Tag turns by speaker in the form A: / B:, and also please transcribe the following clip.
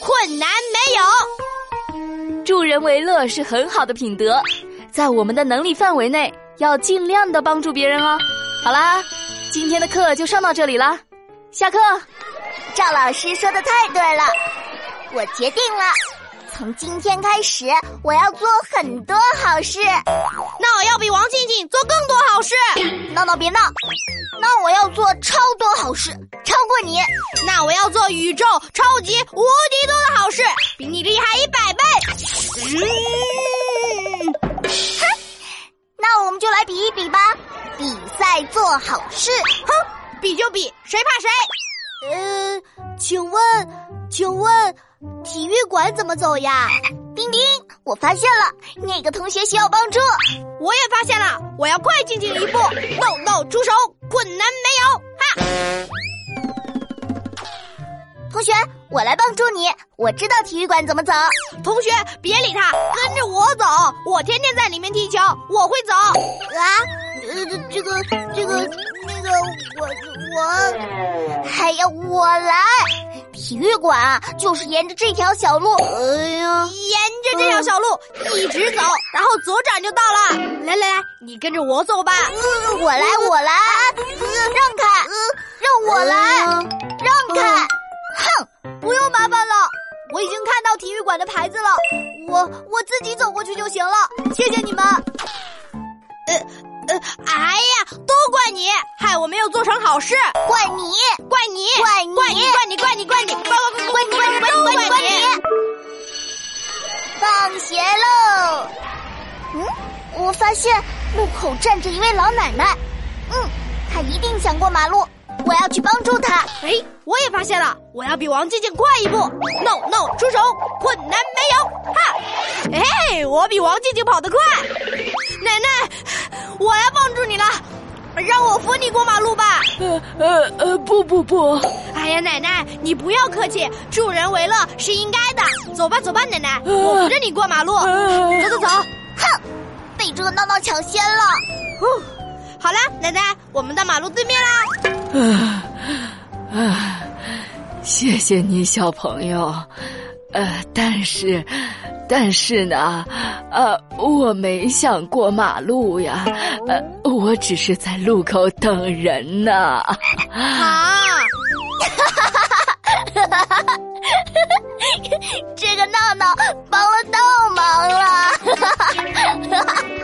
A: 困难没
B: 有。助人为乐是很好的品德，在我们的能力范围内，要尽量的帮助别人哦。好啦，今天的课就上到这里啦，下课。
C: 赵老师说的太对了，我决定了。从今天开始，我要做很多好事。
A: 那我要比王静静做更多好事。
C: 闹闹别闹，那我要做超多好事，超过你。
A: 那我要做宇宙超级无敌多的好事，比你厉害一百
C: 倍。嗯，哼，那我们就来比一比吧，比赛做好事。
A: 哼，比就比，谁怕谁？
C: 嗯
D: 呃，请问，请问。体育馆怎么走呀？
C: 丁丁，我发现了，那个同学需要帮助。
A: 我也发现了，我要快进进一步。闹闹出手，困难没
C: 有哈。同学，我来帮助你，我知道体育馆怎么走。
A: 同学，别理他，跟着我走，我天天在里面踢球，我会走。
D: 啊，呃，这个，这个，那个，我我，
C: 还要我来。体育馆啊，就是沿着这条小路，
A: 哎呀，沿着这条小路、嗯、一直走，然后左转就到了。来来来，你跟着我走吧。
C: 嗯、我来，我来，
A: 呃
C: 嗯、让开，让我来，
A: 嗯
C: 让开。哼，
D: 不用麻烦了，我已经看到体育馆的牌子了，我我自己走过去就行了。谢谢你们。
A: 呃呃，哎呀，都怪你，害我没有做成好事，
C: 怪你，
A: 怪你，
C: 怪你，
A: 怪你，怪你，怪你，怪你，怪怪怪你，怪你，怪你，怪你！
C: 放学喽。嗯，我发现路口站着一位老奶奶，嗯，她一定想过马路，我要去帮助她。
A: 哎，我也发现了，我要比王静静快一步。No No，出手，困难没有哈。哎，我比王静静跑得快，奶奶。我来帮助你了，让我扶你过马路吧。
E: 呃呃呃，不不不！
A: 哎呀，奶奶，你不要客气，助人为乐是应该的。走吧走吧，奶奶，呃、我扶着你过马路。呃、走走走！
C: 哼，被这个闹闹抢先了。
A: 好啦，奶奶，我们到马路对面啦。
E: 啊啊！谢谢你，小朋友。呃，但是，但是呢，呃，我没想过马路呀，呃，我只是在路口等人呢。啊！
C: 哈哈哈 这个闹闹帮了倒忙了。